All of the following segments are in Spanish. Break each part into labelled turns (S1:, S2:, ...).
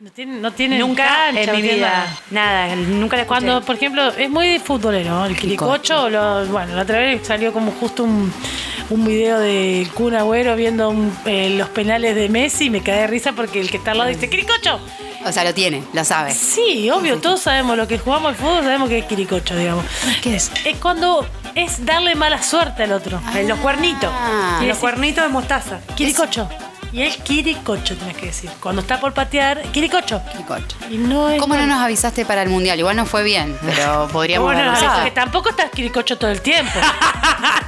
S1: No tienen, no tienen
S2: nunca
S1: cancha,
S2: en
S1: no
S2: mi
S1: tienen
S2: vida.
S1: nada.
S2: Nada, nunca la escuché.
S1: Cuando, por ejemplo, es muy futbolero, el quiricocho. lo- bueno, la otra vez salió como justo un, un video de Kun Agüero viendo un- eh, los penales de Messi y me cae de risa porque el que está al lado dice, ¡Quiricocho!
S3: O sea, lo tiene, lo sabe.
S1: Sí, obvio, todos sabemos lo que jugamos al fútbol, sabemos que es quiricocho, digamos.
S3: ¿Qué es?
S1: Es cuando es darle mala suerte al otro.
S2: En los cuernitos.
S3: Ah.
S2: En los cuernitos de mostaza.
S1: Quiricocho. Y es quiricocho, tenés que decir. Cuando está por patear, quiricocho.
S3: Quiricocho.
S1: Y no es.
S3: ¿Cómo no nos avisaste para el mundial? Igual no fue bien, pero podríamos
S1: Bueno,
S3: haberlo
S1: no,
S3: avisado.
S1: que tampoco estás quiricocho todo el tiempo.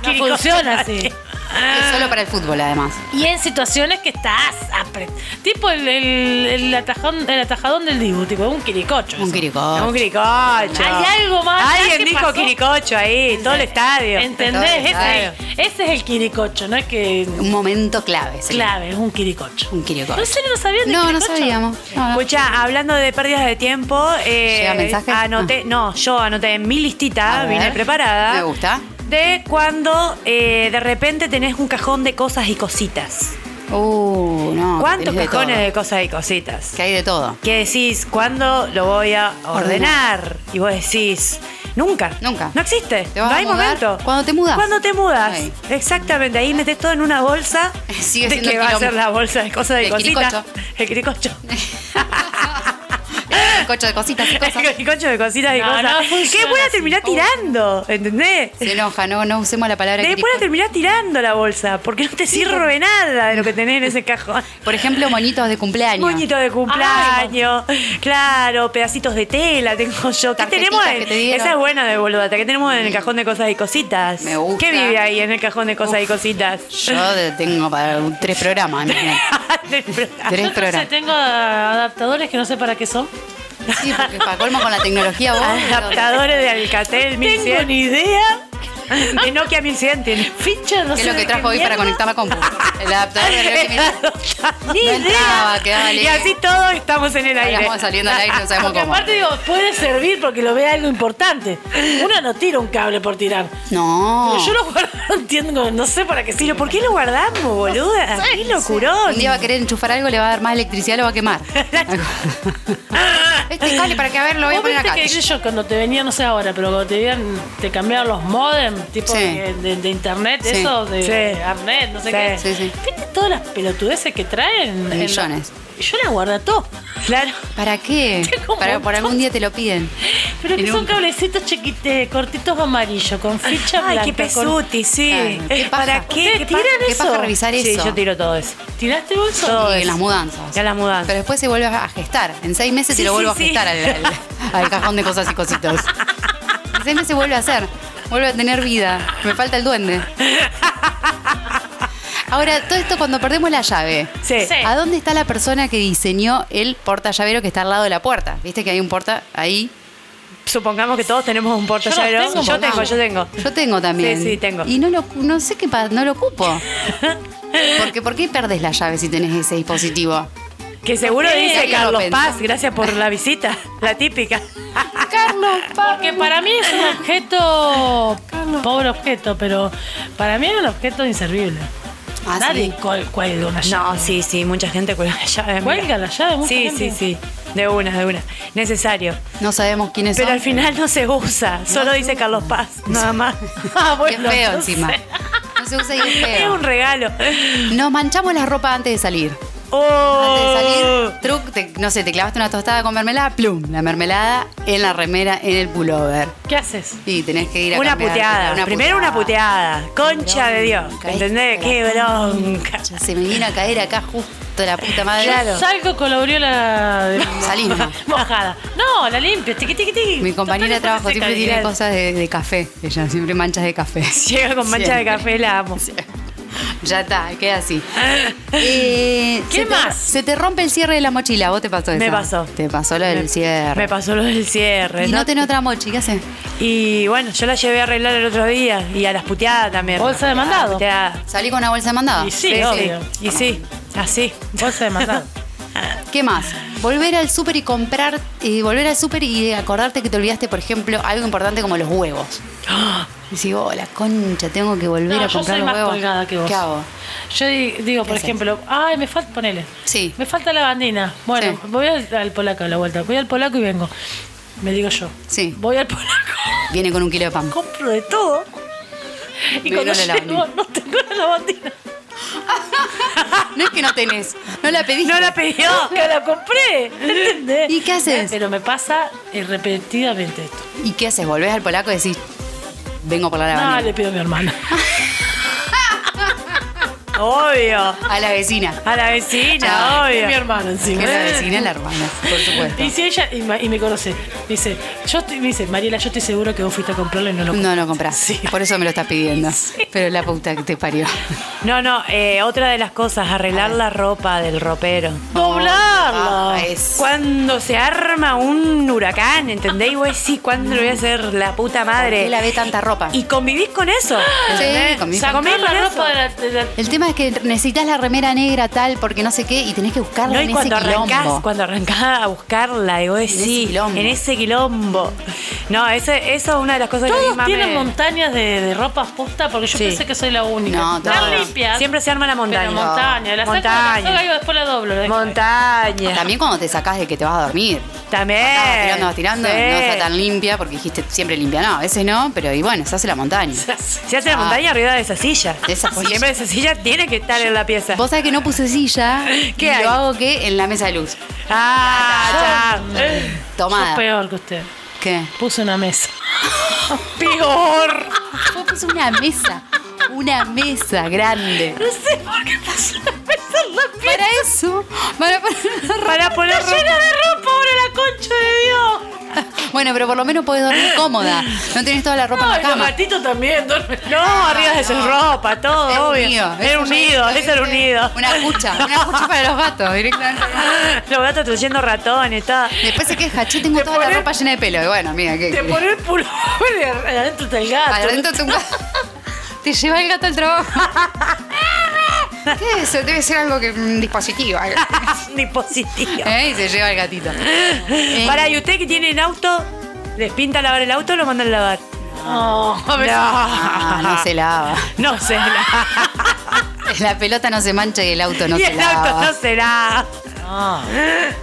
S1: no funciona así.
S3: Es solo para el fútbol, además.
S1: Y en situaciones que estás apre- tipo el, el, el atajón, el atajadón del Dibu, tipo un quiricocho.
S3: Un
S1: eso.
S3: quiricocho.
S2: Un quiricocho.
S1: Hay algo más, ¿qué
S2: Alguien dijo
S1: pasó?
S2: quiricocho ahí, todo el estadio.
S1: ¿Entendés? Ese,
S3: Claro.
S1: ese es el quiricocho, no es que
S3: Un momento clave. sí.
S1: clave, es un quiricocho.
S3: Un quiricocho.
S1: ¿No sé, no sabían de
S3: No, no
S1: quiricocho?
S3: sabíamos. No, no.
S2: Escucha, hablando de pérdidas de tiempo, eh,
S3: ¿Llega mensaje? Ah.
S2: anoté, no, yo anoté en mi
S3: A
S2: listita,
S3: ver.
S2: vine preparada.
S3: Me gusta.
S2: De cuando eh, de repente tenés un cajón de cosas y cositas.
S3: Uh, no. que
S2: ¿Cuántos
S3: tenés de
S2: cajones
S3: todo.
S2: de cosas y cositas?
S3: Que hay de todo.
S2: que decís, ¿cuándo lo voy a
S3: Ordenar.
S2: ordenar? Y vos decís, nunca.
S3: Nunca.
S2: No existe.
S3: Te vas
S2: no
S3: a
S2: hay
S3: mudar
S2: momento.
S3: cuando te mudas.
S2: Cuando te mudas.
S3: Ahí.
S2: Exactamente. Ahí metes todo en una bolsa.
S3: Sigue
S2: de
S3: siendo
S2: que va a
S3: quilombo.
S2: ser la bolsa de cosas de
S3: El
S2: cositas. El quiricocho.
S3: El cocho de cositas y cosas.
S2: El quiricocho de cositas y
S1: No,
S2: cosas.
S1: no
S2: que
S1: funciona
S2: voy a
S1: así.
S2: terminar tirando. ¿Entendés?
S3: Se enoja, no, no usemos la palabra
S2: Después la
S3: quiricocho.
S2: terminás tirando la bolsa, porque no te sirve nada de lo que tenés en ese cajón.
S3: Por ejemplo, moñitos de cumpleaños.
S2: Moñito de cumpleaños, claro, pedacitos de tela tengo yo. ¿Qué
S3: Tarjetitas
S2: tenemos? en-
S3: que te dieron.
S2: Esa es buena de boludata. ¿Qué tenemos en el cajón de cosas y cositas?
S3: Me gusta.
S2: ¿Qué vive ahí en el cajón de cosas y cositas?
S3: Yo de- tengo para un- tres programas. imagínate.
S1: Yo
S3: Tres
S1: no sé,
S3: programas.
S1: tengo adaptadores que no sé para qué son.
S3: Sí, porque para colmo con la tecnología vos.
S2: Ah, Adaptadores de Alcatel
S1: Tengo
S2: 1100.
S1: ni idea.
S2: De Nokia 1100 tiene.
S1: Ficha, no
S3: ¿Qué
S1: sé
S3: es lo que
S1: de
S3: trajo hoy
S1: mierda.
S3: para conectar la compu? El adaptador de reloj
S2: Ni
S3: que mira. No
S2: idea.
S3: entraba, quedaba
S2: y
S3: lejos.
S2: así todos estamos en el aire.
S3: Estamos saliendo al aire, no sabemos
S1: Porque
S3: cómo.
S1: aparte digo, puede servir porque lo vea algo importante. Uno no tira un cable por tirar.
S3: No.
S1: Pero yo lo guardo, no entiendo, no sé para qué
S2: Pero
S1: sirve.
S2: ¿por qué lo guardamos, boluda? ¡Qué locurón!
S3: Un día va a querer enchufar algo, le va a dar más electricidad, lo va a quemar. este cable, para que a ver, lo voy a
S1: ¿Vos
S3: poner
S1: viste
S3: acá.
S1: que qué sé yo, cuando te venía, no sé ahora, pero cuando te venían, te cambiaron los modem, tipo
S3: Sí.
S1: de, de- de internet,
S3: Sí.
S1: eso, de
S2: Sí.
S1: Arnet, no sé
S2: Sí.
S1: qué.
S3: Sí, sí.
S1: ¿Viste todas las pelotudeces que traen? En la-
S3: Millones.
S1: Yo las guardo todo.
S2: Claro.
S3: ¿Para qué?
S1: Tengo un
S3: Para, por
S1: montón.
S3: algún día te lo piden.
S1: Pero que
S3: En
S1: son
S3: un-
S1: cablecitos chiquites, cortitos amarillos, con ficha
S2: Ay,
S1: blanca.
S2: qué
S1: con-
S2: pesuti, sí.
S3: Claro, qué paja.
S2: ¿Para qué?
S1: ¿Ustedes
S2: ¿Qué
S1: tiran
S2: paja?
S3: Qué paja
S1: eso?
S3: revisar eso.
S2: Sí, yo tiro todo eso.
S1: ¿Tiraste bolso?
S2: Todo
S3: Y en
S2: eso.
S3: las mudanzas.
S2: Ya las mudanzas.
S3: Pero después se vuelve a gestar. En seis meses
S2: Sí,
S3: se lo
S2: sí,
S3: vuelvo
S2: sí.
S3: a gestar al, al- al cajón de cosas y cositos. En seis meses vuelve a hacer. Vuelve a tener vida. Me falta el duende. Ahora, todo esto cuando perdemos la llave.
S2: Sí.
S1: Sí.
S3: ¿A dónde está la persona que diseñó el porta llavero que está al lado de la puerta? ¿Viste que hay un porta ahí?
S2: Supongamos que todos tenemos un
S1: Yo
S2: porta
S1: no
S2: llavero.
S1: tengo
S2: Yo tengo, yo tengo.
S3: Yo tengo también.
S2: Sí, sí, tengo.
S3: Y no, lo, no sé qué pa- no lo ocupo. Porque, ¿Por qué perdés la llave si tenés ese dispositivo?
S2: Que seguro
S1: Sí,
S2: dice
S3: ya lo
S2: Carlos
S3: pensó.
S2: Paz, gracias por la visita, la típica.
S3: Carlos,
S1: Porque para mí es un objeto, pobre objeto, pero para mí es un objeto inservible.
S3: Ah,
S1: Nadie
S3: sí.
S1: cuel- cuelga una llave.
S2: No, sí, sí, mucha gente cuelga la llave. amiga.
S1: Cuelga la llave, mucha
S2: Sí,
S1: gente.
S2: sí, sí. De una, de una. Necesario.
S3: No sabemos quiénes
S2: Pero
S3: son.
S2: al final no se usa, solo dice Carlos Paz, nada más. Ah,
S3: Qué
S2: bueno,
S3: feo
S2: no
S3: encima.
S2: sé.
S3: No se usa y es
S2: Es
S3: feo.
S2: un regalo.
S3: Nos manchamos la ropa antes de salir. Antes de
S2: Oh.
S3: salir, truc, te- no sé, te clavaste una tostada con mermelada, plum, la mermelada en la remera, en el pullover.
S1: ¿Qué haces?
S3: Y tenés que ir a
S2: Una
S3: cambiarte,
S2: puteada. Primero una puteada. Concha de Dios.
S3: Bronca,
S2: ¿Entendés?
S3: esta
S2: Qué
S3: la
S2: bronca.
S3: Ya Se me vino a caer acá justo la puta madre.
S2: Claro.
S1: Salgo con la aureola de-
S3: Salimos.
S1: mojada. No, la limpio, tiqui, tiqui, tiqui.
S3: Mi compañera de
S1: Total,
S3: trabajo
S1: después se
S3: siempre tiene
S1: seca,
S3: cosas de, de café. Ella siempre manchas de café.
S2: Llega con mancha de
S3: Siempre.
S2: café, la amo.
S3: Ya está, queda así. Eh,
S1: ¿Qué
S3: se te-
S1: más?
S3: se te rompe el cierre de la mochila. ¿Vos te pasó eso?
S2: Me pasó.
S3: Te pasó lo del
S2: Me-
S3: cierre.
S2: Me pasó lo del cierre.
S3: Y
S2: ¿no?
S3: no tenés otra mochi, ¿qué haces?
S2: Y bueno, yo la llevé a arreglar el otro día y a las puteadas también.
S1: Bolsa de mandado.
S2: Puteada.
S3: Salí con una bolsa de mandado.
S1: Y sí, obvio.
S2: Y sí, así.
S1: Bolsa de mandado.
S3: ¿Qué más? Volver al súper y eh, comprar, y volver al súper y acordarte que te olvidaste, por ejemplo, algo importante como los huevos. Y digo, oh, la concha, tengo que volver
S1: No,
S3: a
S1: yo soy
S3: comprar los
S1: más
S3: huevos.
S1: colgada que vos.
S3: ¿Qué hago?
S1: Yo di- digo, por
S3: haces?
S1: ejemplo, ay, me falta, ponele.
S3: Sí.
S1: Me falta la bandina. Bueno,
S3: Sí.
S1: voy al, al polaco a la vuelta. Voy al polaco y vengo. Me digo yo.
S3: Sí.
S1: Voy al polaco,
S3: Viene con un kilo de pan.
S1: compro de todo. Y
S3: Pero
S1: cuando
S3: la
S1: llego,
S3: bandina.
S1: no tengo la bandina.
S3: No es que no tenés, no la pediste.
S1: No la pidió, que la compré. ¿Entendés?
S3: ¿Y qué haces?
S1: Pero me pasa eh, repetidamente esto.
S3: ¿Y qué haces? ¿Volvés al polaco y decís, vengo por la
S1: No,
S3: bandera?
S1: le pido a mi hermana.
S2: Obvio.
S3: A la vecina.
S2: A la vecina,
S3: Ay,
S1: Ah, Es mi
S2: obvio.
S1: hermana encima.
S3: Que la vecina es la hermana, por supuesto.
S1: Y si ella, y, ma- y me conoce, dice, yo estoy- me dice, Mariela, yo estoy seguro que vos fuiste a comprarlo y no lo
S3: No lo compras.
S1: Sí.
S3: Por eso me lo estás pidiendo. Pero la puta que te parió.
S2: No, no, eh, otra de las cosas, arreglar la ropa del ropero.
S1: doblarla.
S3: Ah, es-
S2: Cuando se arma un huracán, ¿entendéis? Y vos decís, ¿cuándo lo voy a hacer la puta madre?
S3: ¿Por qué lavé tanta ropa?
S2: Y convivís con eso.
S3: Sí,
S2: ¿entendés? O
S3: convivís
S2: sea,
S3: con-
S2: convivís
S1: Sacar la
S2: con eso.
S1: ropa de la, de la-
S3: El tema es que necesitas la remera negra tal porque no sé qué y tenés que buscarla
S2: No,
S3: en
S2: y
S3: ese
S2: cuando arrancás,
S3: quilombo.
S2: cuando arrancás a buscarla, y vos
S3: ese
S2: decís,
S3: quilombo.
S2: en ese quilombo. No, ese, eso es una de las cosas que a mí
S1: Todos
S2: más
S1: tienen
S2: me-
S1: montañas de, de ropa posta porque yo
S2: Sí.
S1: pensé que soy la única.
S3: No,
S1: Tan
S3: todos.
S1: limpias.
S2: Siempre se arma la montaña.
S1: Pero montaña. La saco de
S2: Montaña.
S1: la soga y después la doblo. la dejo ahí.
S2: Montaña.
S3: También cuando te sacás de que te vas a dormir.
S2: También.
S3: Vas tirando, vas tirando,
S2: Sí.
S3: no está tan limpia porque dijiste siempre limpia. No, a veces no, pero y bueno, se hace la montaña.
S2: Se hace la
S3: Ah.
S2: montaña arriba de esa silla.
S3: De esa
S2: Porque
S3: silla.
S2: Siempre esa silla tiene que estar en la pieza.
S3: Vos sabés que no puse silla
S2: ¿Qué
S3: y
S2: hay?
S3: lo hago que en la mesa de luz.
S2: Ah, ya.
S1: Yo
S3: Tomada.
S1: peor que usted.
S3: ¿Qué?
S1: Puse una mesa.
S2: Peor.
S3: Vos puse una mesa. Una mesa grande.
S1: No sé por qué pasó una mesa en la
S3: Para eso. Para, para-
S2: Para poner
S1: Está llena de ropa ahora la concha de Dios.
S3: Bueno, pero por lo menos podés dormir cómoda. No tenés toda la ropa
S1: No,
S3: en
S1: y
S3: la
S1: los
S3: cama.
S1: gatitos también duermen.
S2: No, arriba de su ropa, todo,
S3: Era
S2: obvio.
S3: unido.
S2: Era
S3: Eso ya
S2: unido,
S3: es,
S2: eso era
S3: ¿viste?
S2: unido.
S3: Una cucha, una cucha para los gatos, directamente.
S2: Los gatos trayendo ratones, todo.
S3: Después se queja, che, tengo
S1: Te
S3: toda la
S1: pones-
S3: ropa llena de pelo. Y bueno, mira, que.
S1: Te pones el pullover y adentro está el gato.
S3: Adentro de un gato. Te lleva el gato al trabajo. ¿Qué es eso? Debe ser algo que. un dispositivo. algo.
S2: Dispositivo.
S3: ¿Eh? Y se lleva el gatito. Eh,
S2: Para, ¿y usted que tiene el auto? ¿Les pinta lavar el auto o lo mandan a lavar?
S1: No, a ver.
S3: Ah, no se lava.
S2: No se lava.
S3: La pelota no se mancha y el auto no
S2: y
S3: se
S2: el
S3: lava.
S2: auto no se lava.
S1: No.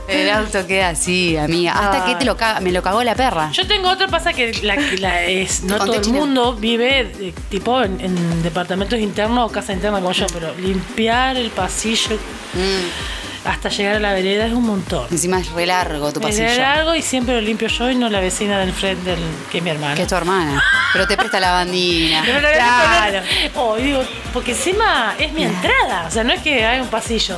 S3: El auto queda así, amiga. Hasta que te lo caga- me lo cagó la perra.
S1: Yo tengo otro, pasa que la, la- es, no
S3: Conté
S1: todo el
S3: chileno.
S1: mundo vive eh, tipo en, en departamentos internos o casa interna como yo, pero limpiar el pasillo
S3: Mm.
S1: hasta llegar a la vereda es un montón.
S3: Encima es re largo tu pasillo.
S1: Es largo y siempre lo limpio yo y no la vecina del frente, del- que es mi hermana.
S3: Que es tu hermana. Pero te presta la bandina.
S1: Pero la
S2: Claro.
S1: verdad que no- Oh, digo, porque encima es mi entrada, o sea, no es que hay un pasillo.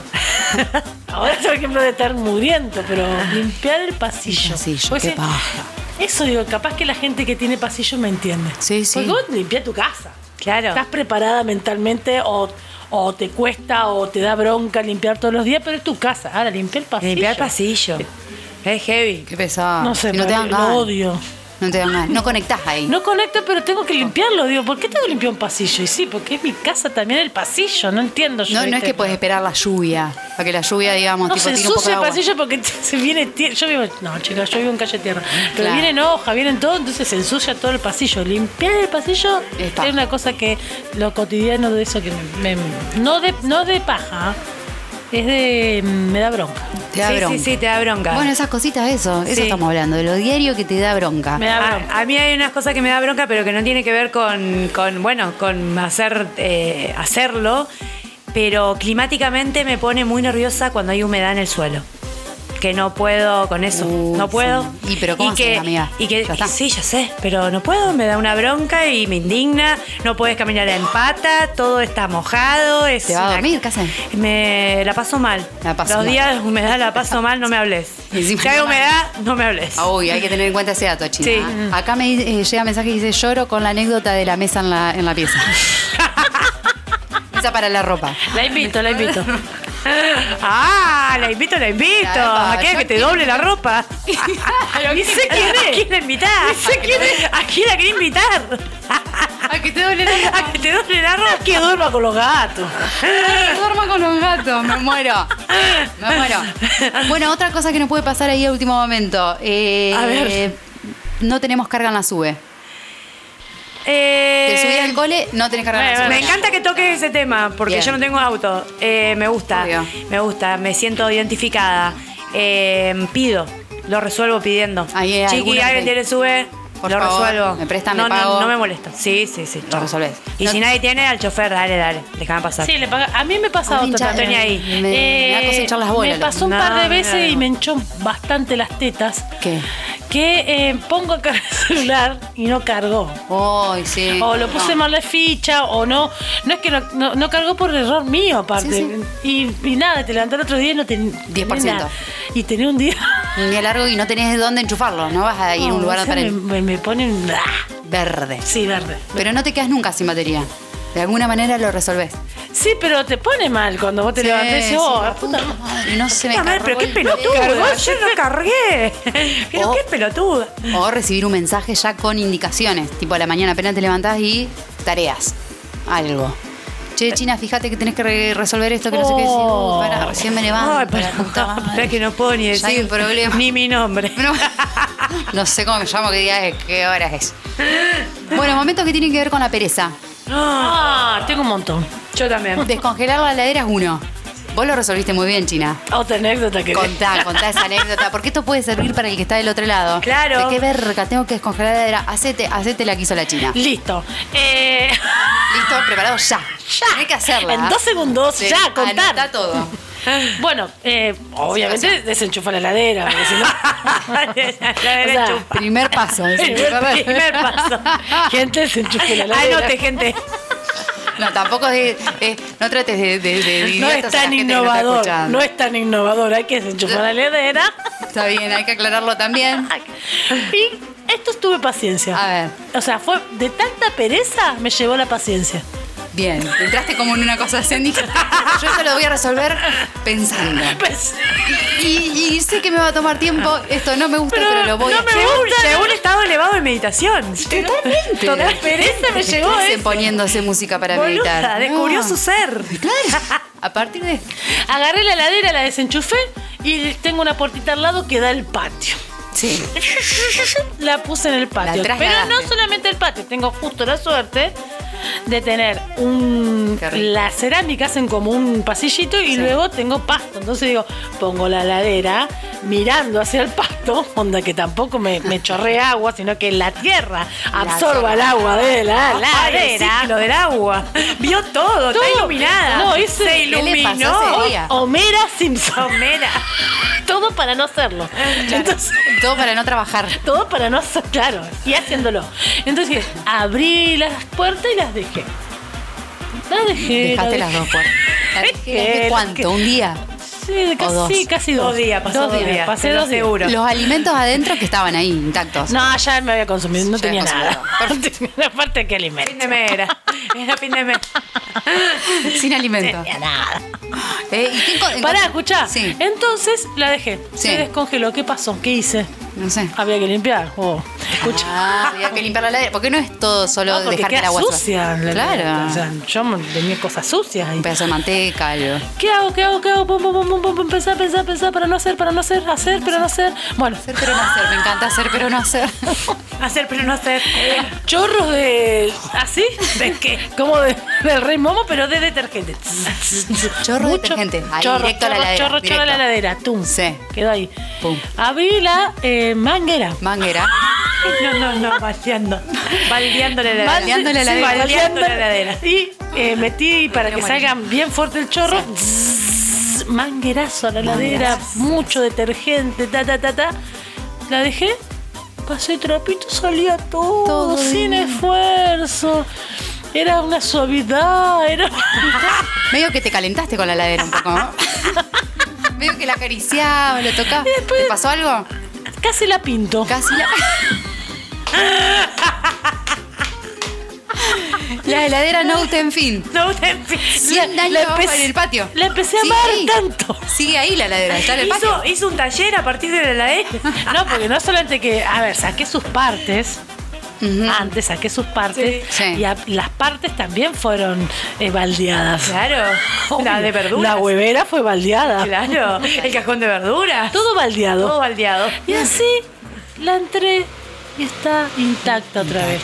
S1: Ahora por ejemplo de estar muriendo, pero limpiar el pasillo.
S3: pasillo,
S1: Pues
S3: qué
S1: sí,
S3: paja.
S1: Eso digo, capaz que la gente que tiene pasillo me entiende.
S3: Sí, sí.
S1: Porque vos limpiás tu casa.
S2: Claro.
S1: Estás preparada mentalmente o, o te cuesta o te da bronca limpiar todos los días, pero es tu casa. Ahora, limpiar el pasillo.
S2: Limpiar el pasillo. Es heavy.
S3: Qué pesado.
S1: No sé,
S3: Y no te dan
S1: María,
S3: ganas.
S1: lo odio.
S3: No te dan ganas. No conectás ahí.
S1: No conecto, pero tengo que limpiarlo. Digo, ¿por qué tengo que limpiar un pasillo? Y sí, porque es mi casa también el pasillo. No entiendo yo.
S3: No, no es
S1: ¿viste?
S3: que puedes esperar la lluvia. Para que la lluvia, digamos,
S1: No
S3: tipo,
S1: se
S3: tire un poco
S1: ensucia
S3: de
S1: el
S3: agua.
S1: pasillo porque se viene tie- Yo vivo. No, chicas, yo vivo en calle tierra. Pero
S3: Claro.
S1: vienen hojas, vienen todo, entonces se ensucia todo el pasillo. Limpiar el pasillo
S3: Es
S1: es,
S3: paja.
S1: una cosa que lo cotidiano de eso que me. no, de, no de paja, es de. me da bronca.
S3: Te da
S2: sí,
S3: bronca.
S2: sí, sí, te da bronca.
S3: Bueno, esas cositas, eso. Eso
S2: Sí.
S3: estamos hablando. De lo diario que te da bronca.
S1: Me da bronca.
S2: A, a mí hay unas cosas que me da bronca, pero que no tiene que ver con, con, bueno, con hacer, eh, hacerlo. Pero climáticamente me pone muy nerviosa cuando hay humedad en el suelo. Que no puedo con eso,
S3: Uy,
S2: no puedo.
S3: Uh, sí. Y, pero, ¿cómo haces,
S2: que,
S3: amiga?
S2: Y que,
S3: Ya está.
S2: y sí, ya sé, pero no puedo, me da una bronca y me indigna. No puedes caminar en pata, todo está mojado. Es
S3: ¿Te va a
S2: una-
S3: dormir, casa?
S2: Me la paso mal.
S3: La paso
S2: Los
S3: mal.
S2: días de humedad la paso mal, no me hables.
S3: Encima
S2: Si hay
S3: no me
S2: humedad, no me hables.
S3: Ah, Uy, hay que tener en cuenta ese dato, China.
S2: Sí.
S3: Acá me dice- eh, llega mensaje que dice lloro con la anécdota de la mesa en la, en la pieza. Esa para la ropa.
S1: La invito, la invito.
S2: Ah, la invito, la invito.
S3: Epa,
S2: Aquella
S3: yo
S2: que te
S3: quiero-
S2: doble la ropa.
S1: Ni sé quién
S2: ¿A
S1: es.
S2: quién la invitás?
S3: sé quién es.
S2: ¿A quién la querés invitar?
S3: Ay, que te duele la
S2: ¿A que te doble la ropa?
S1: Que duerma con los gatos.
S3: Duermo con los gatos, me muero. Me muero. Bueno, otra cosa que nos puede pasar ahí a último momento. Eh,
S2: A ver.
S3: No tenemos carga en la sube.
S2: Eh,
S3: Te subí al cole, no tenés carga
S1: Bueno,
S3: nacional.
S2: Me encanta que toques ese tema, porque
S3: Bien.
S2: yo no tengo auto. Eh, me gusta,
S3: Obvio.
S2: me gusta, me siento identificada. Eh, pido, lo resuelvo pidiendo.
S3: Ahí hay
S2: Chiqui,
S3: alguna
S2: alguien
S3: que-
S2: tiene sube,
S3: Por
S2: lo
S3: favor,
S2: resuelvo.
S3: me prestan,
S2: no,
S3: me
S2: no,
S3: pago.
S2: No, me molesta. Sí, sí, sí.
S3: Lo resolvés.
S2: Y
S3: No-
S2: si nadie tiene, al chofer, dale, dale, déjame pasar.
S1: Sí, le paga- A mí me pasa
S3: A mí
S1: otro
S3: hincha-
S1: también. Eh,
S2: Tenía ahí.
S3: Me, me da cosa hinchar las bolas.
S1: Me
S3: loco.
S1: pasó un
S2: No,
S1: par de veces
S2: no, no.
S1: y me hinchó bastante las tetas.
S3: ¿Qué?
S1: Que eh, pongo a cargar el celular y no cargó.
S3: Ay, sí.
S1: O lo puse
S3: No.
S1: mal de ficha, o no. No es que no, no, no cargó por error mío, aparte.
S3: Sí,
S1: Y, y nada, te levantás el otro día y no ten-
S3: 10%.
S1: nada. Y tenía un día.
S3: Un día largo y no tenés dónde enchufarlo. No vas a ir a un
S1: No,
S3: lugar
S1: eso
S3: para
S1: me,
S3: el
S1: me, me pone un. ¡Ah!
S3: verde.
S1: Sí, verde.
S3: Pero no te quedas nunca sin batería. De alguna manera lo resolvés.
S1: Sí, pero te pone mal cuando vos te
S3: Sí,
S1: levantás y
S3: sí,
S1: decís, oh,
S3: la
S1: la puta madre.
S3: madre, no se me
S2: A ver,
S3: cargó
S2: pero qué
S3: el
S2: pelotudo. Yo no cargué. Pero
S3: Oh.
S2: qué pelotudo.
S3: dedo. O recibir un mensaje ya con indicaciones. Tipo, a la mañana apenas te levantás y tareas. Algo. Che, China, fíjate que tenés que re- resolver esto, que no sé qué. decís,
S1: Oh.
S3: "Uh, pará, recién me levanto.
S2: Ay,
S3: la puta
S2: pará,
S3: madre".
S2: pará que no puedo ni
S3: Ya hay
S2: decir
S3: un problema.
S2: ni mi nombre.
S3: No, no sé cómo me llamo, qué día es, qué hora es. Bueno, momentos que tienen que ver con la pereza.
S2: No,
S1: Ah, tengo un montón.
S2: yo también.
S3: Descongelar la heladera es uno. Vos lo resolviste muy bien, China.
S1: Otra anécdota que.
S3: Contá, contá esa anécdota, porque esto puede servir para el que está del otro lado.
S2: Claro.
S3: De qué verga, tengo que descongelar la heladera. Hacete, hacete la que hizo la China.
S1: Listo. Eh,
S3: Listo, preparado ya. Ya. Tenés que hacerla. ¿eh?
S1: En dos segundos,
S3: Sí,
S1: ya, contar.
S3: anotá todo.
S1: Bueno, eh, obviamente desenchufa la heladera. porque si no-
S2: La
S1: O
S2: derecha.
S1: sea,
S3: Primer paso. es el
S1: el primer paso. Gente, desenchufe la heladera.
S2: Anote, gente.
S3: No, tampoco es. es- no trates de. de, de- de
S1: No
S3: idiotas
S1: es
S3: a la
S1: tan
S3: gente que no está
S1: innovador. No,
S3: escuchando.
S1: es tan innovador. Hay que desenchufar la heladera.
S3: Está bien, hay que aclararlo también.
S1: Y esto tuve paciencia.
S3: A ver.
S1: O sea, fue de tanta pereza me llevó la paciencia.
S3: Bien, entraste como en una cosa zen y dijiste, yo esto lo voy a resolver pensando.
S1: Pues,
S3: Y, y sé que me va a tomar tiempo, esto no me gusta, pero, lo voy
S1: no
S3: a
S1: me
S3: hacer.
S2: Llegó un-
S1: gusta.
S2: llegó un estado elevado de meditación.
S3: Totalmente.
S1: total pereza me ¿eh? llegó
S3: Estás
S1: eso.
S3: poniéndose música para
S2: Boluda,
S3: meditar.
S2: descubrió
S3: No.
S2: su ser.
S3: Claro. A partir de.
S1: Agarré la heladera, la desenchufé y tengo una puertita al lado que da al patio.
S3: Sí.
S1: La puse en el patio.
S3: La
S1: Pero
S3: trasladaste.
S1: no solamente el patio, tengo justo la suerte de tener un
S3: Qué rico.
S1: las cerámicas en como un pasillito y
S3: Sí.
S1: luego tengo pasto. Entonces digo, pongo la ladera mirando hacia el pasto, onda que tampoco me, me chorree agua, sino que la tierra absorba el agua de la
S2: Ah, Ay, el
S1: Ah, ladera.
S2: ciclo del agua. Vio todo,
S1: Todo.
S2: está iluminada.
S1: No, ese-
S2: se
S1: ¿Qué
S3: le
S2: iluminó.
S3: pasó ese día?
S1: Homera Simpson.
S2: Somera.
S1: Todo para no hacerlo. Entonces,
S3: Todo para no trabajar.
S1: todo para no hacer, claro, y haciéndolo. Entonces, abrí las puertas y las dejé. Las dejé. las
S3: Dejaste
S1: dejé.
S3: las dos puertas. ¿La
S1: Es
S3: dejé-
S1: que-
S3: ¿Cuánto? ¿Un día?
S1: Sí, casi,
S3: dos.
S1: casi dos.
S2: Dos días, pasó dos días.
S1: Pasé
S2: te lo
S1: dos días.
S2: aseguro.
S3: Los alimentos adentro que estaban ahí, intactos.
S1: No, ya me había consumido, no
S3: Ya
S1: tenía
S3: había
S1: nada.
S3: consumido.
S1: Aparte que alimento.
S2: Fin de mes era. Era fin de mes.
S3: Sin alimento.
S1: Nada.
S3: Eh, ¿y qué enco-
S1: Pará, escuchá. Eh,
S3: Sí.
S1: Entonces la dejé.
S3: Sí.
S1: Se descongeló. ¿Qué pasó? ¿Qué hice?
S3: No sé.
S1: Había que limpiar. Oh, escuchá.
S3: Ah, había que limpiar la heladera. Porque no es todo solo
S1: No, porque
S3: dejar que el
S1: queda
S3: agua
S1: sucia. la-
S3: Claro.
S1: o sea, yo tenía cosas sucias ahí.
S3: un pedazo de manteca, algo.
S1: ¿Qué hago? ¿Qué hago? ¿Qué hago? Pum, pum, pum, pum, pum, pum, pensar, pensar, pensar, para no hacer, para no hacer, hacer, pero no hacer. Bueno,
S3: Hacer pero no hacer. Me encanta hacer pero no hacer.
S2: Hacer pero no hacer. eh,
S1: chorros de. ¿Así? ¿De qué? Como de- del rey momo, pero de detergente.
S3: Chorro de
S1: Mucho-
S3: detergente. Ahí,
S1: chorro,
S3: directo a la
S1: chorro,
S3: heladera,
S1: Chorro, chorro a la
S3: directo.
S1: heladera. Tum.
S3: Sí.
S1: Quedó ahí.
S3: Pum.
S1: Abrí la eh, manguera.
S3: Manguera.
S2: No, no, no, baldeando. Baldeando la heladera.
S3: Baldeando la
S2: Sí,
S3: heladera.
S2: Baldeando la heladera.
S1: Y eh, metí para que
S3: Bueno.
S1: salga bien fuerte el chorro. Zzzz, manguerazo a la heladera, mucho detergente, ta, ta, ta, ta. La dejé, pasé trapito, salía todo,
S3: Todo
S1: sin
S3: bien.
S1: esfuerzo. Era una suavidad, era...
S3: Medio que te calentaste con la heladera un poco, ¿no? Medio que la acariciaba, lo tocaba. ¿Te pasó algo?
S1: Casi la pinto.
S3: Casi la... La heladera no usted en fin.
S2: No, te empiezo.
S3: Cien
S1: La-
S3: años
S1: la
S3: abajo
S1: empecé-
S3: en el patio.
S1: la empecé a
S3: Sigue
S1: amar
S3: ahí.
S1: tanto.
S3: Sigue ahí la heladera, está en el patio.
S2: Hizo, hizo un taller a partir de la heladera.
S1: E. No, porque no solamente que, a ver, saqué sus partes.
S2: Mm.
S1: Antes saqué sus partes
S3: Sí. Sí.
S1: y a- las partes también fueron eh, baldeadas.
S2: Claro. La de verduras.
S1: La huevera fue baldeada.
S2: Claro. El cajón de verduras.
S1: Todo baldeado.
S2: Todo baldeado.
S1: Y así la entré y está intacta otra vez.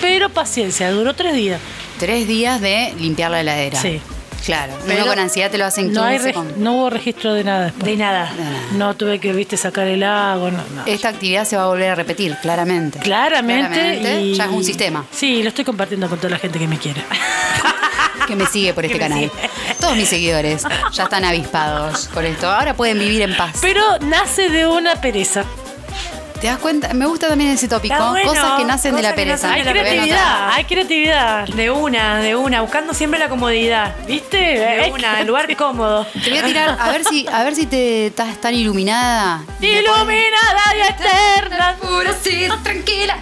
S1: pero paciencia, duró tres días.
S3: Tres días de limpiar la heladera.
S1: Sí.
S3: Claro.
S1: Pero
S3: Uno con ansiedad te lo hacen 15
S1: No, hay reg-
S3: con-
S1: no hubo registro de nada después.
S2: De nada.
S1: No tuve que, viste, sacar el agua, no, no.
S3: Esta actividad se va a volver a repetir, claramente.
S1: Claramente,
S3: Claramente,
S1: y-
S3: ya es un sistema.
S1: Sí, lo estoy compartiendo con toda la gente que me quiere.
S3: que me sigue por este
S2: Que me
S3: canal. Todos mis seguidores ya están avispados con esto. Ahora pueden vivir en paz.
S1: Pero nace de una pereza.
S3: ¿Te das cuenta? Me gusta también ese tópico.
S2: Está bueno,
S3: cosas que nacen de la
S2: cosas que
S3: pereza.
S1: Hay
S2: nacen de la
S3: Lo voy a
S2: pereza.
S1: creatividad,
S3: anotar.
S1: hay creatividad.
S2: De una, de una, buscando siempre la comodidad.
S1: ¿Viste?
S2: De
S1: Hay
S2: una, el lugar cómodo.
S3: Te voy a tirar, a ver si, a ver si te estás tan iluminada.
S1: que- Iluminada y eterna.
S3: Pura, sí, tranquila.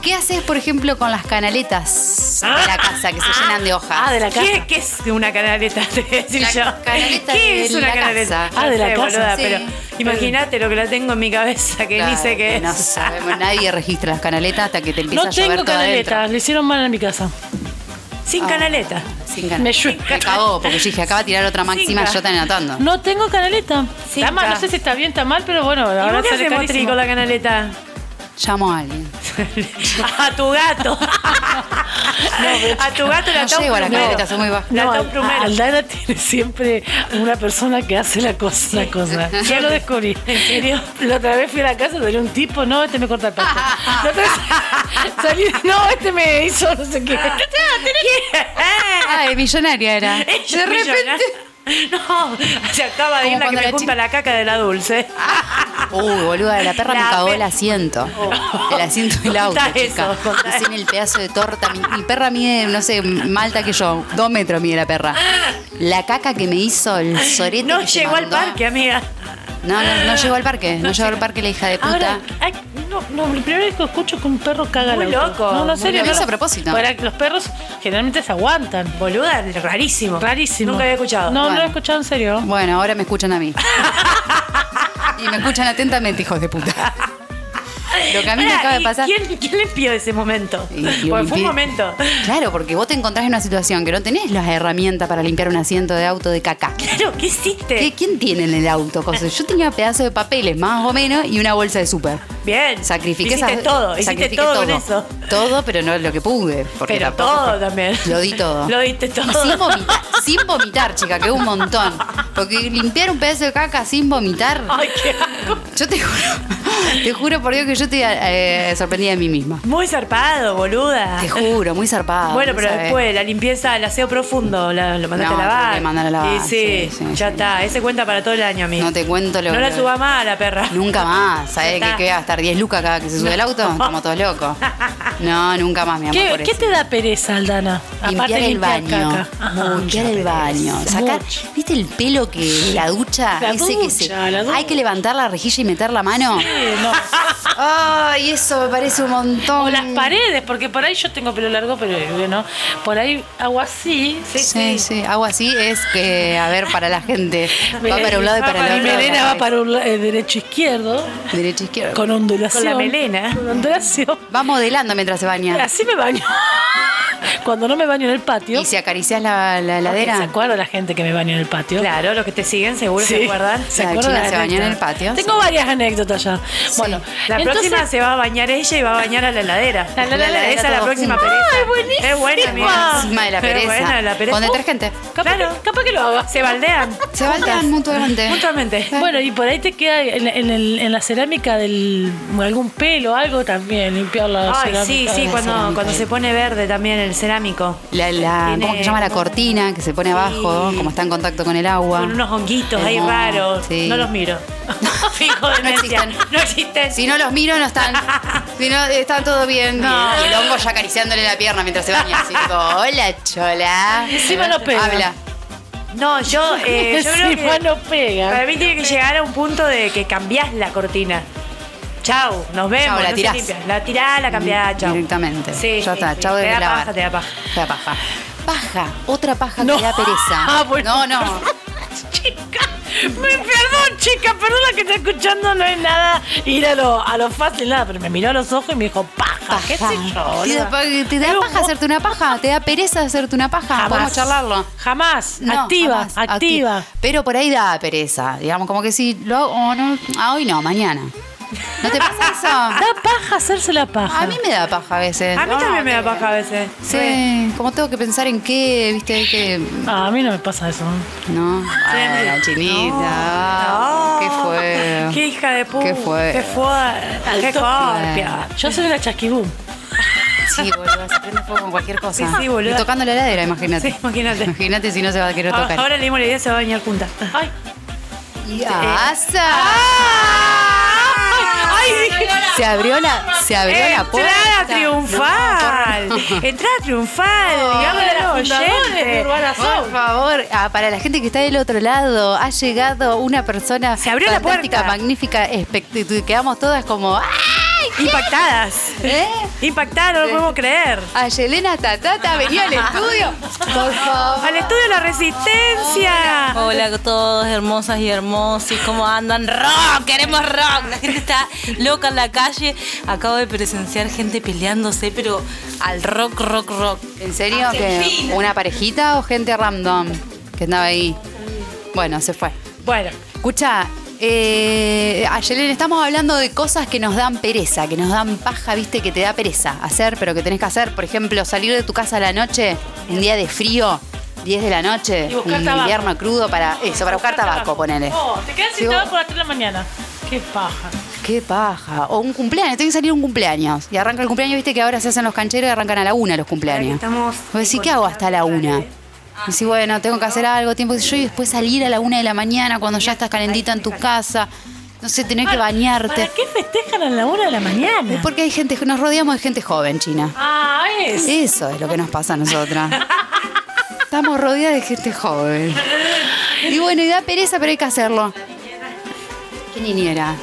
S3: ¿Qué haces, por ejemplo, con las canaletas de la casa que se llenan de hojas?
S1: Ah, de la casa.
S2: ¿Qué, qué es una canaleta? Te voy a decir
S3: La
S2: yo.
S3: canaleta de
S2: ¿Qué es una
S3: la
S2: canaleta?
S3: casa.
S1: Ah, de la
S2: No sé,
S1: casa,
S2: boluda,
S3: sí.
S2: Pero imagínate lo que la tengo en mi cabeza que
S3: Claro,
S2: dice que es.
S3: No sabemos, nadie registra las canaletas hasta que te empieza
S1: No
S3: a llover
S1: tengo
S3: todo adentro.
S1: canaletas, le hicieron mal en mi casa.
S3: Ah.
S2: Sin canaleta.
S3: Sin canaletas.
S1: Me llueve.
S3: Me cagó, porque yo dije, acaba de tirar otra máxima
S2: Cinca.
S3: yo están anotando.
S1: No tengo canaleta.
S2: Sí,
S1: Está mal,
S2: ya.
S1: no sé si está bien, está mal, pero bueno,
S2: ¿Y
S1: ahora
S2: vos qué
S1: sale
S2: hacemos, Tri,
S1: carísimo.
S2: con la canaleta?
S3: Llamo a alguien.
S2: a tu gato. a tu gato la
S3: No
S2: tapa
S3: llego a la
S2: primero.
S3: canaleta, soy muy baja.
S2: La
S1: No,
S2: tapa primero.
S1: Aldana tiene siempre una persona que hace la cosa, la cosa. Ya lo descubrí. ¿En serio? La otra vez fui a la casa, salió un tipo, no, este me corta el pasto. La otra vez salí, no, este me hizo no sé qué.
S2: Ah.
S3: Ay, Ah, millonaria era.
S2: Ella
S3: De
S2: es
S3: repente.
S2: millonaria. No, se acaba de ir
S3: Como
S2: la que me
S3: cuando la
S2: junta
S3: chica-
S2: la caca de la dulce.
S3: Uy, Uh, boluda, la perra
S2: La
S3: me cagó
S2: pe-
S3: el asiento. El asiento del auto,
S2: Contá eso,
S3: chica.
S2: contá.
S3: Hacen el pedazo de torta. Mi, mi perra mide, no sé, más alta que yo. Dos metros mide la perra. La caca que me hizo el sorete.
S2: No
S3: que se
S2: llegó al
S3: mandó.
S2: parque, amiga.
S3: No, no, no llegó al parque. No llegó al parque la hija de puta.
S1: Ahora, ay, no, no, la primera vez que escucho que un perro caga
S2: Muy
S1: el auto.
S2: loco.
S1: No, no, en
S2: Muy
S1: serio. no
S3: loco. Lo hizo
S1: lo-
S3: a propósito.
S1: Para que los perros generalmente se aguantan.
S2: Boluda, rarísimo.
S1: Rarísimo.
S2: Nunca había escuchado.
S1: No, no
S3: Bueno.
S1: lo he escuchado en serio.
S3: Bueno, ahora me escuchan a mí. y me escuchan atentamente, hijos de puta. Lo que a mí me
S2: Pará,
S3: acaba de
S2: ¿y
S3: pasar.
S2: ¿Quién, quién le pidió ese momento?
S3: Y- y
S2: Porque Pues fue
S3: limpié.
S2: un momento.
S3: Claro, porque vos te encontrás en una situación que no tenés las herramientas para limpiar un asiento de auto de caca.
S2: Claro, ¿qué hiciste?
S3: ¿Qué- ¿Quién tiene en el auto? Cosas? Yo tenía pedazos de papeles, más o menos, y una bolsa de súper.
S2: Bien.
S3: Sacrifiqué
S2: Hiciste
S3: esas-
S2: todo, hiciste
S3: sacrifiqué
S2: todo, con eso.
S3: Todo, pero no lo que pude. Porque
S2: Pero
S3: tampoco
S2: todo
S3: fue-
S2: también.
S3: Lo di todo.
S2: Lo diste todo.
S3: Y sin vomitar, sin vomitar, chica, que es un montón. Porque limpiar un pedazo de caca sin vomitar.
S2: Ay, qué asco.
S3: Yo te juro, te juro por Dios que yo estoy eh, sorprendida de mí misma.
S2: Muy zarpado, boluda.
S3: Te juro, muy zarpada.
S2: Bueno,
S3: no
S2: pero
S3: sabés.
S2: después, la limpieza, el aseo profundo, la- lo mandaste
S3: No,
S2: a lavar.
S3: tuve que mandar a lavar,
S2: Y sí,
S3: sí, sí,
S2: ya
S3: sí.
S2: está. Ese cuenta para todo el año, amigo.
S3: No te cuento lo
S2: No la
S3: lo-
S2: suba más a la perra.
S3: Nunca más. ¿Sabés
S2: Ya
S3: que,
S2: está.
S3: que voy a gastar 10 lucas cada vez que se sube el auto? Estamos todos locos. No, nunca más, mi amor. por
S1: ¿Qué, ¿Qué
S3: eso.
S1: te da pereza, Aldana?
S3: Limpiar
S1: de
S3: el baño,
S1: caca. Ah, Ajá.
S3: limpiar el baño, sacar,
S1: Mucho.
S3: ¿viste el pelo que la ducha?
S1: La
S3: ese que se,
S1: ducha, la ducha.
S3: hay que levantar la rejilla y meter la mano.
S1: Sí, no.
S3: Ay, eso me parece un montón.
S1: O las paredes, porque por ahí yo tengo pelo largo, pero bueno, por ahí hago así. Sí,
S3: Sí, sí, hago así es que, a ver, para la gente, va para un lado y
S2: Va
S3: para
S2: para
S3: el
S1: Mi
S3: otro.
S1: melena va para un la- eh, derecho izquierdo,
S3: Derecha, izquierda.
S1: con ondulación.
S2: Con la melena.
S1: Con ondulación.
S3: Va modelando mientras se baña.
S1: Así me baño. Cuando no me baño en el patio.
S3: Y si acaricias la, la heladera.
S1: ¿Se acuerda la gente que me baño en el patio?
S2: Claro, los que te siguen seguro
S1: Sí.
S2: se acuerdan.
S1: ¿Se
S3: La
S1: acuerdan
S3: china
S1: de
S3: se
S1: la
S3: bañó en
S1: anécdota?
S3: el patio,
S1: Tengo varias anécdotas ya. Bueno,
S2: La
S1: entonces-
S2: próxima se va a bañar ella y va a bañar a la heladera.
S1: La- la- la- la-
S2: Esa es
S3: todo
S2: la próxima
S3: junto.
S2: pereza.
S1: Ay, buenísima.
S2: Es buena, amiga.
S3: Encima de la
S2: Es
S3: pereza.
S2: buena la pereza.
S3: Con detergente.
S1: Capaz,
S2: Claro.
S1: capaz que lo haga.
S2: Se baldean.
S3: Se baldean mutuamente.
S2: Mutuamente.
S1: Bueno, y por ahí te queda en, en el- en la cerámica del algún pelo, algo también, limpiar la
S2: Ay,
S1: cerámica.
S2: sí, sí,
S3: la
S2: cuando,
S3: cerámica.
S2: cuando se pone verde también el cerámico.
S3: La, la-
S2: Tiene-
S3: ¿Cómo se llama? La cortina que se pone abajo, como está en contacto con el agua.
S2: Con unos honguitos ahí
S3: Hermoso,
S2: raros.
S3: sí.
S2: No los miro. Fijo de
S3: No
S2: demencia.
S3: existen.
S2: No existen.
S3: Si no los miro, no están. Si no, está todo bien.
S2: No.
S3: Y el hongo ya acariciándole la pierna mientras se baña. Así tipo, hola, chola.
S1: Encima no pega.
S3: Habla.
S2: No, yo, eh, yo creo
S1: Sí,
S2: que
S1: bueno, pega.
S2: para mí tiene que llegar a un punto de que cambiás la cortina. Chau, nos vemos.
S3: Chau, la
S2: no se
S3: tirás. Mm,
S2: limpia. La tirás, la cambiás, chau.
S3: Directamente.
S2: Sí,
S3: ya
S2: sí,
S3: está,
S2: sí.
S3: chao de
S2: Te da
S3: lavar.
S2: paja, te da paja.
S3: Te da paja. Paja, otra paja
S1: No.
S3: que da pereza.
S1: Ah, bueno.
S3: No, no.
S1: Chica, me perdón, chica, perdón la que está escuchando, no es nada ir a lo, a lo fácil, nada, pero me miró a los ojos y me dijo, paja, qué sé yo,
S3: Te da,
S1: boluda.
S3: pa- te da
S1: Pero
S3: paja
S1: vos-
S3: hacerte una paja, te da pereza hacerte una paja.
S1: Jamás.
S3: Podemos charlarlo.
S1: Jamás,
S3: No,
S1: activa,
S3: jamás.
S1: activa.
S3: "Oh, Acti- Pero por ahí da pereza, digamos, como que si lo hago, o no, ah, hoy no, mañana. ¿No te pasa eso?
S1: Da paja hacerse la paja.
S3: A mí me da paja a veces.
S2: A mí también me da paja a veces.
S3: Sí, como tengo que pensar en qué, viste, hay que...
S1: Ah, a mí no me pasa eso.
S3: No, Ah, la chinita, Ah,
S2: No.
S3: qué fue.
S2: Ah, Qué hija de puta.
S3: Qué fue.
S2: Qué fue. Qué corpia.
S1: Ah, Yo soy una chasquibum.
S3: Sí, boludo, se prende fuego con cualquier cosa.
S2: Sí, sí, boluda.
S3: Y tocando la heladera, imagínate.
S2: Sí, imagínate. Ah,
S3: Imagínate si no se va a querer tocar.
S2: Ahora le dimos la idea, se va a bañar juntas.
S1: Ay,
S3: Y- ¡Asa!
S2: Ah, ¡Ay!
S3: Se abrió la, se abrió la puerta.
S2: Entrada triunfal. Entrada triunfal. Digámosle a los
S1: fundadores de
S2: oyentes.
S1: Urbana
S3: Por
S1: Sound.
S3: favor, ah, para la gente que está del otro lado, ha llegado una persona
S2: Se abrió la
S3: fantástica,
S2: puerta.
S3: magnífica, espect- y quedamos todas como ¡ay!
S2: Impactadas.
S3: ¿Eh?
S2: Impactadas, no lo podemos creer.
S3: A Yelena Tatata venía al estudio. Por favor.
S2: Al estudio de la resistencia.
S4: Hola a todos, hermosas y hermosos, ¿cómo andan? ¡Rock! ¡Queremos rock! La gente está loca en la calle. Acabo de presenciar gente peleándose, pero al rock, rock, rock.
S3: ¿En serio que una parejita o gente random que andaba ahí? Bueno, se fue.
S2: Bueno,
S3: Escucha, eh, a Yelena, estamos hablando de cosas que nos dan pereza, que nos dan paja, viste, que te da pereza hacer, pero que tenés que hacer. Por ejemplo, salir de tu casa a la noche, un día de frío, 10 de la noche,
S1: Y
S3: un
S1: buscar tabaco.
S3: invierno crudo para eso, para buscar tabaco, ponele.
S1: Oh, te quedas sin
S3: Digo,
S1: tabaco a las 3 de la mañana. Qué paja.
S3: Qué paja. O un cumpleaños, tenés que salir a un cumpleaños. Y arranca el cumpleaños, viste que ahora se hacen los cancheros y arrancan a la una los
S2: ahora que
S3: cumpleaños.
S2: estamos.
S3: Vos decís, ¿qué hago hasta la una? Decís, bueno, tengo que hacer algo, tiempo que yo, y después salir a la una de la mañana cuando ya estás calentita en tu casa. No sé, tener que bañarte.
S1: ¿Para qué festejan a la 1 de la
S3: Es
S1: mañana?
S3: porque hay gente, nos rodeamos de gente joven, China.
S1: Ah, es.
S3: Eso es lo que nos pasa a nosotras. Estamos rodeadas de gente joven. Y bueno, y da pereza, pero hay que hacerlo. ¿Qué niñera?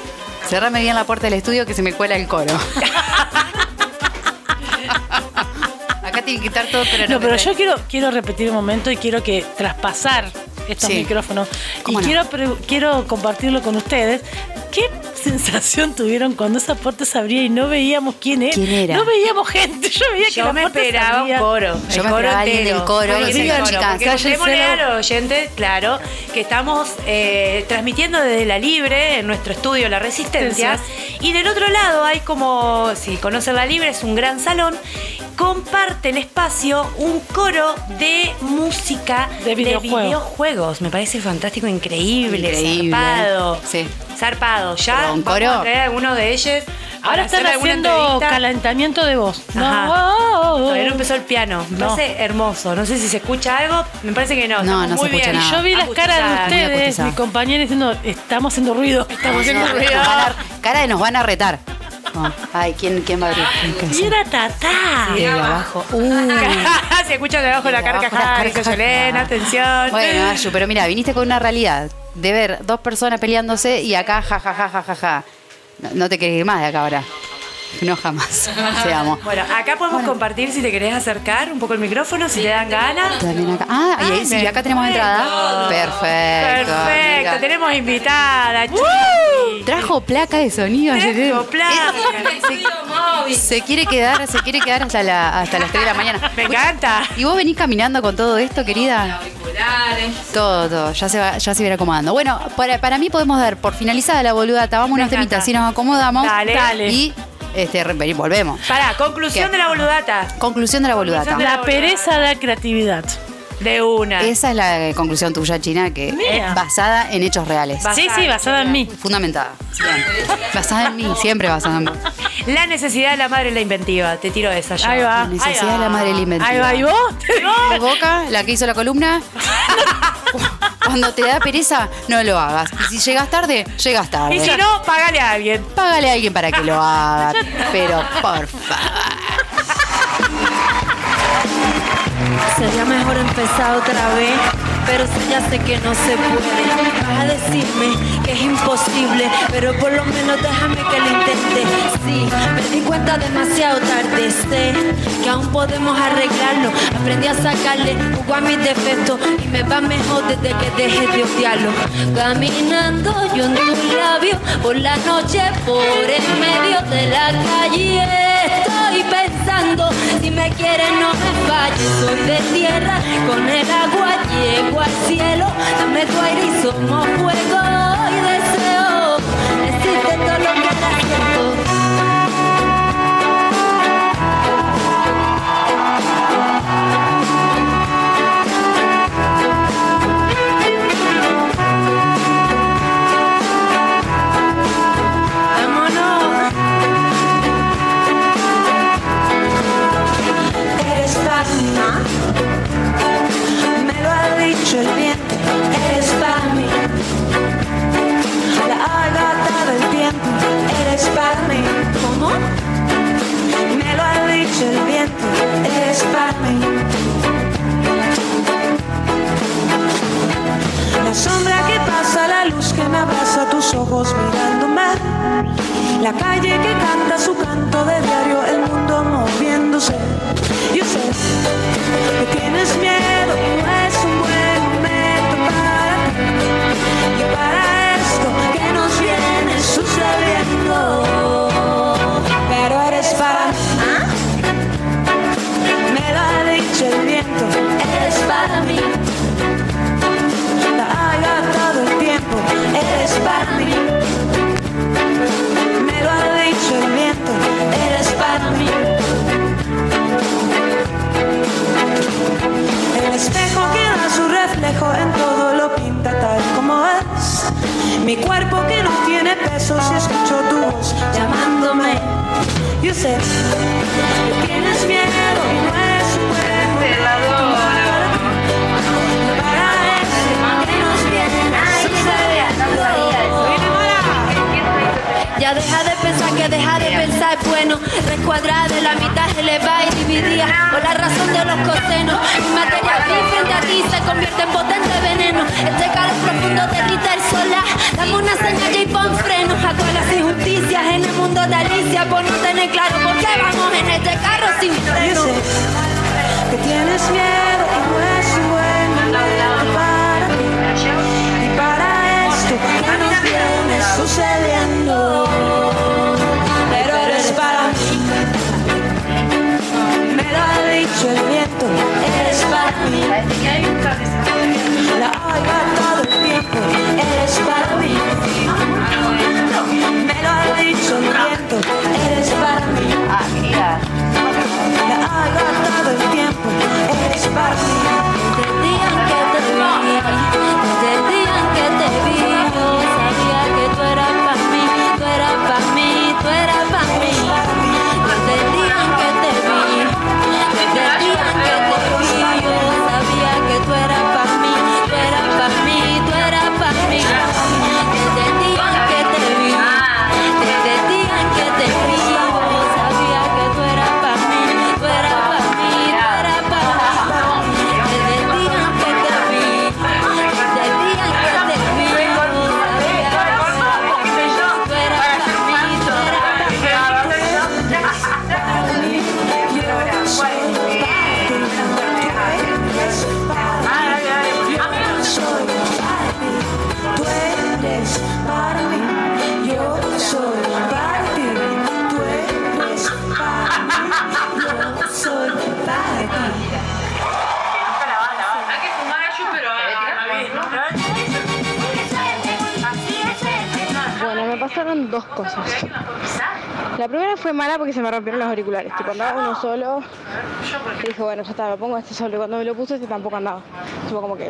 S3: Cerrame bien la puerta del estudio que se me cuela el coro. Acá tiene que quitar todo, pero no.
S1: No, pero
S3: me-
S1: yo quiero, quiero repetir un momento y quiero que traspasar estos
S3: Sí.
S1: micrófonos. Y
S3: ¿Cómo no?
S1: quiero, pre- quiero compartirlo con ustedes. ¿Qué sensación tuvieron cuando esa puerta se abría y no veíamos quién era?
S3: ¿Quién era?
S1: No veíamos gente. Yo veía que
S2: Yo
S1: la
S2: me
S1: puerta se
S2: esperaba un
S1: abría.
S2: coro.
S3: Yo
S2: el
S3: me
S2: coro
S3: esperaba alguien del
S2: entero.
S3: coro,
S2: Alguien
S3: digan,
S2: del coro,
S3: chicas,
S2: porque
S3: cállense
S2: contémosle
S3: la
S2: a los oyentes, claro, que estamos eh, transmitiendo desde la libre, en nuestro estudio La Resistencia. Y del otro lado hay como, si conocen la libre, es un gran salón. Comparten espacio un coro de música
S1: De videojuegos.
S2: videojuegos. Me parece fantástico, increíble,
S3: Increíble.
S2: zarpado.
S3: Sí.
S2: Zarpado. Ya
S3: Pero un
S2: vamos
S3: coro.
S2: a traer a alguno de ellos. para
S1: Ahora están
S2: hacer alguna
S1: haciendo
S2: entrevista.
S1: calentamiento de voz.
S2: Ajá.
S1: No, oh, oh, oh.
S2: Todavía no empezó el piano. Me
S1: No.
S2: parece hermoso. No sé si se escucha algo. Me parece que no.
S3: No,
S2: Estamos
S3: no se
S2: muy
S3: escucha
S2: bien.
S3: nada.
S1: Yo vi las caras de
S3: muy
S1: ustedes,
S3: acustizada.
S1: mi compañera diciendo, estamos haciendo ruido. Estamos haciendo
S3: Nos
S1: ruido.
S3: van a- cara de nos van a retar. No. Ay, ¿quién, quién va a abrir? ¿Qué
S1: Y
S3: hace?
S1: era tatá.
S3: Sí, abajo. Uh.
S2: se escucha debajo de la
S3: Abajo
S2: carcajada. Dice
S3: carcajada.
S2: Yelena, atención.
S3: Bueno, Ayu, pero mira, viniste con una realidad de ver dos personas peleándose y acá, ja, ja, ja, ja, ja, ja. No, no te querés ir más de acá ahora. No jamás. Seamos.
S2: Bueno, acá podemos compartir si te querés acercar un poco el micrófono, si te dan ganas.
S3: También acá. Ah, y, ahí sí,
S2: Ay,
S3: acá tenemos
S2: bueno.
S3: entrada. Perfecto.
S2: Perfecto,
S3: mira.
S2: tenemos invitada.
S3: Trajo placa de sonido ayer.
S2: Trajo placa.
S3: Se quiere quedar, se quiere quedar hasta, la, hasta las 3 de la mañana.
S2: Me encanta.
S3: ¿Y vos venís caminando con todo esto, querida? Todo, todo. Ya se, va, ya se irá acomodando. Bueno, para, para mí podemos dar por finalizada la boludata. Vamos
S2: Me
S3: unos
S2: encanta.
S3: temitas. Si nos acomodamos.
S2: Dale. Dale.
S3: Y este, re- vení, volvemos.
S2: Pará, conclusión
S3: ¿Qué?
S2: de la boludata.
S3: Conclusión de la boludata.
S2: de
S1: La pereza da creatividad.
S2: De una.
S3: Esa es la eh, conclusión tuya, China, que
S1: Mira.
S3: es basada en hechos reales.
S2: Basada,
S1: sí, sí, basada en mí.
S3: Fundamentada. Bien. Basada en mí, siempre basada en vos.
S2: La necesidad de la madre es la inventiva. Te tiro esa ya.
S1: Ahí va.
S3: La necesidad de la madre del inventiva.
S1: Ahí va, ¿y vos?
S3: Tu boca, la que hizo la columna. Cuando te da pereza, no lo hagas. Y si llegas tarde, llegas tarde.
S2: Y si no, pagale a alguien.
S3: Págale a alguien para que lo haga. Pero por favor.
S5: Sería mejor empezar otra vez, pero ya sé que no se puede. Vas a decirme que es imposible, pero por lo menos déjame que lo intente. Sí, me di cuenta demasiado tarde, sé que aún podemos arreglarlo. Aprendí a sacarle jugo a mis defectos y me va mejor desde que dejé de odiarlo. Caminando yo en tus labios, por la noche, por en medio de la calle estoy pensando Si me quieres no me falles Soy de tierra, con el agua llego al cielo Dame tu aire y somos fuego y deseo Existe todo lo que la La calle que canta su canto de diario, el mundo moviéndose. Yo sé que tienes miedo, no es un buen momento para ti. Y para esto que nos viene sucediendo, pero eres para mí. Me lo ha dicho el viento, eres para mí. La ha gastado el tiempo, eres para mí. Me lo ha dicho el viento, eres para mí. El espejo que da su reflejo en todo lo pinta tal como es. Mi cuerpo que no tiene peso si escucho tu voz llamándome. Yo sé que tienes miedo y no es un buen momento para eso que nos viene sucediendo.
S6: Ya deja de pensar que deja de pensar es bueno. Tres cuadrados, la mitad elevada y dividida por la razón de los cosenos. Mi materia gris frente a ti se convierte en potente veneno. Este calor profundo derrita el solar. Dame una señal y pon frenos a todas las injusticias en el mundo de Alicia por no tener claro por qué vamos en este carro sin
S5: Yo
S6: freno.
S5: sé que tienes miedo y no es un buen momento para ti. Y para esto que nos viene sucediendo. Pero eres para mí. Me lo ha dicho el viento, eres para mí. La oigo todo el tiempo, eres para mí. Me lo ha dicho el viento, eres para mí. La hago todo el tiempo, eres para mí.
S6: Te digan que te vi, te digan que te vi. Yo sabía que tú eras para mí, tú eras para mí, tú eras para mí. Que te digan que te vi, que te digan que te vi. Yo sabía que tú eras para mí, tú eras para mí, tú eras para mí. Que te digan que te vi, que te digan que te vi. Yo sabía que tú eras para mí, tú eras para mí, tú eras para mí. Que te digan que te vi, que te digan que te vi. Yo sabía que tú eras para mí, tú eras para mí, tú eras para mí.
S5: Yo soy para ti, tú eres para mí. Yo soy para ti, tú eres para mí. Yo soy para ti, tú eres para mí. Yo soy para ti.
S7: Bueno, me pasaron dos cosas. La primera fue mala porque se me rompieron los auriculares. Tipo, andaba uno solo. Y dije, bueno, ya está, me pongo este solo. Y cuando me lo puse, este tampoco andaba. Tipo, como que.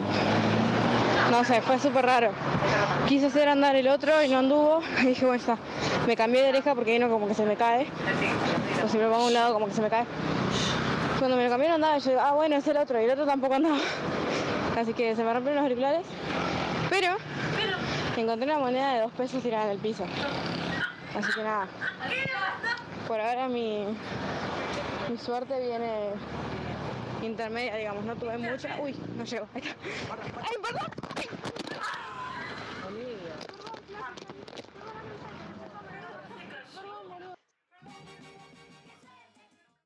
S7: No sé, fue súper raro. Quise hacer andar el otro y no anduvo. Y dije, bueno, ya está. Me cambié de oreja porque uno como que se me cae. O si me lo pongo a un lado, como que se me cae. Cuando me lo cambiaron andaba, yo digo, ah, bueno, es el otro. Y el otro tampoco andaba. Así que se me rompieron los auriculares. Pero. Encontré una moneda de dos pesos tirada en el piso. Así que nada. Por ahora mi, mi suerte viene intermedia, digamos. No tuve mucha. Uy, no llego. Ahí está. ¡Ay, perdón!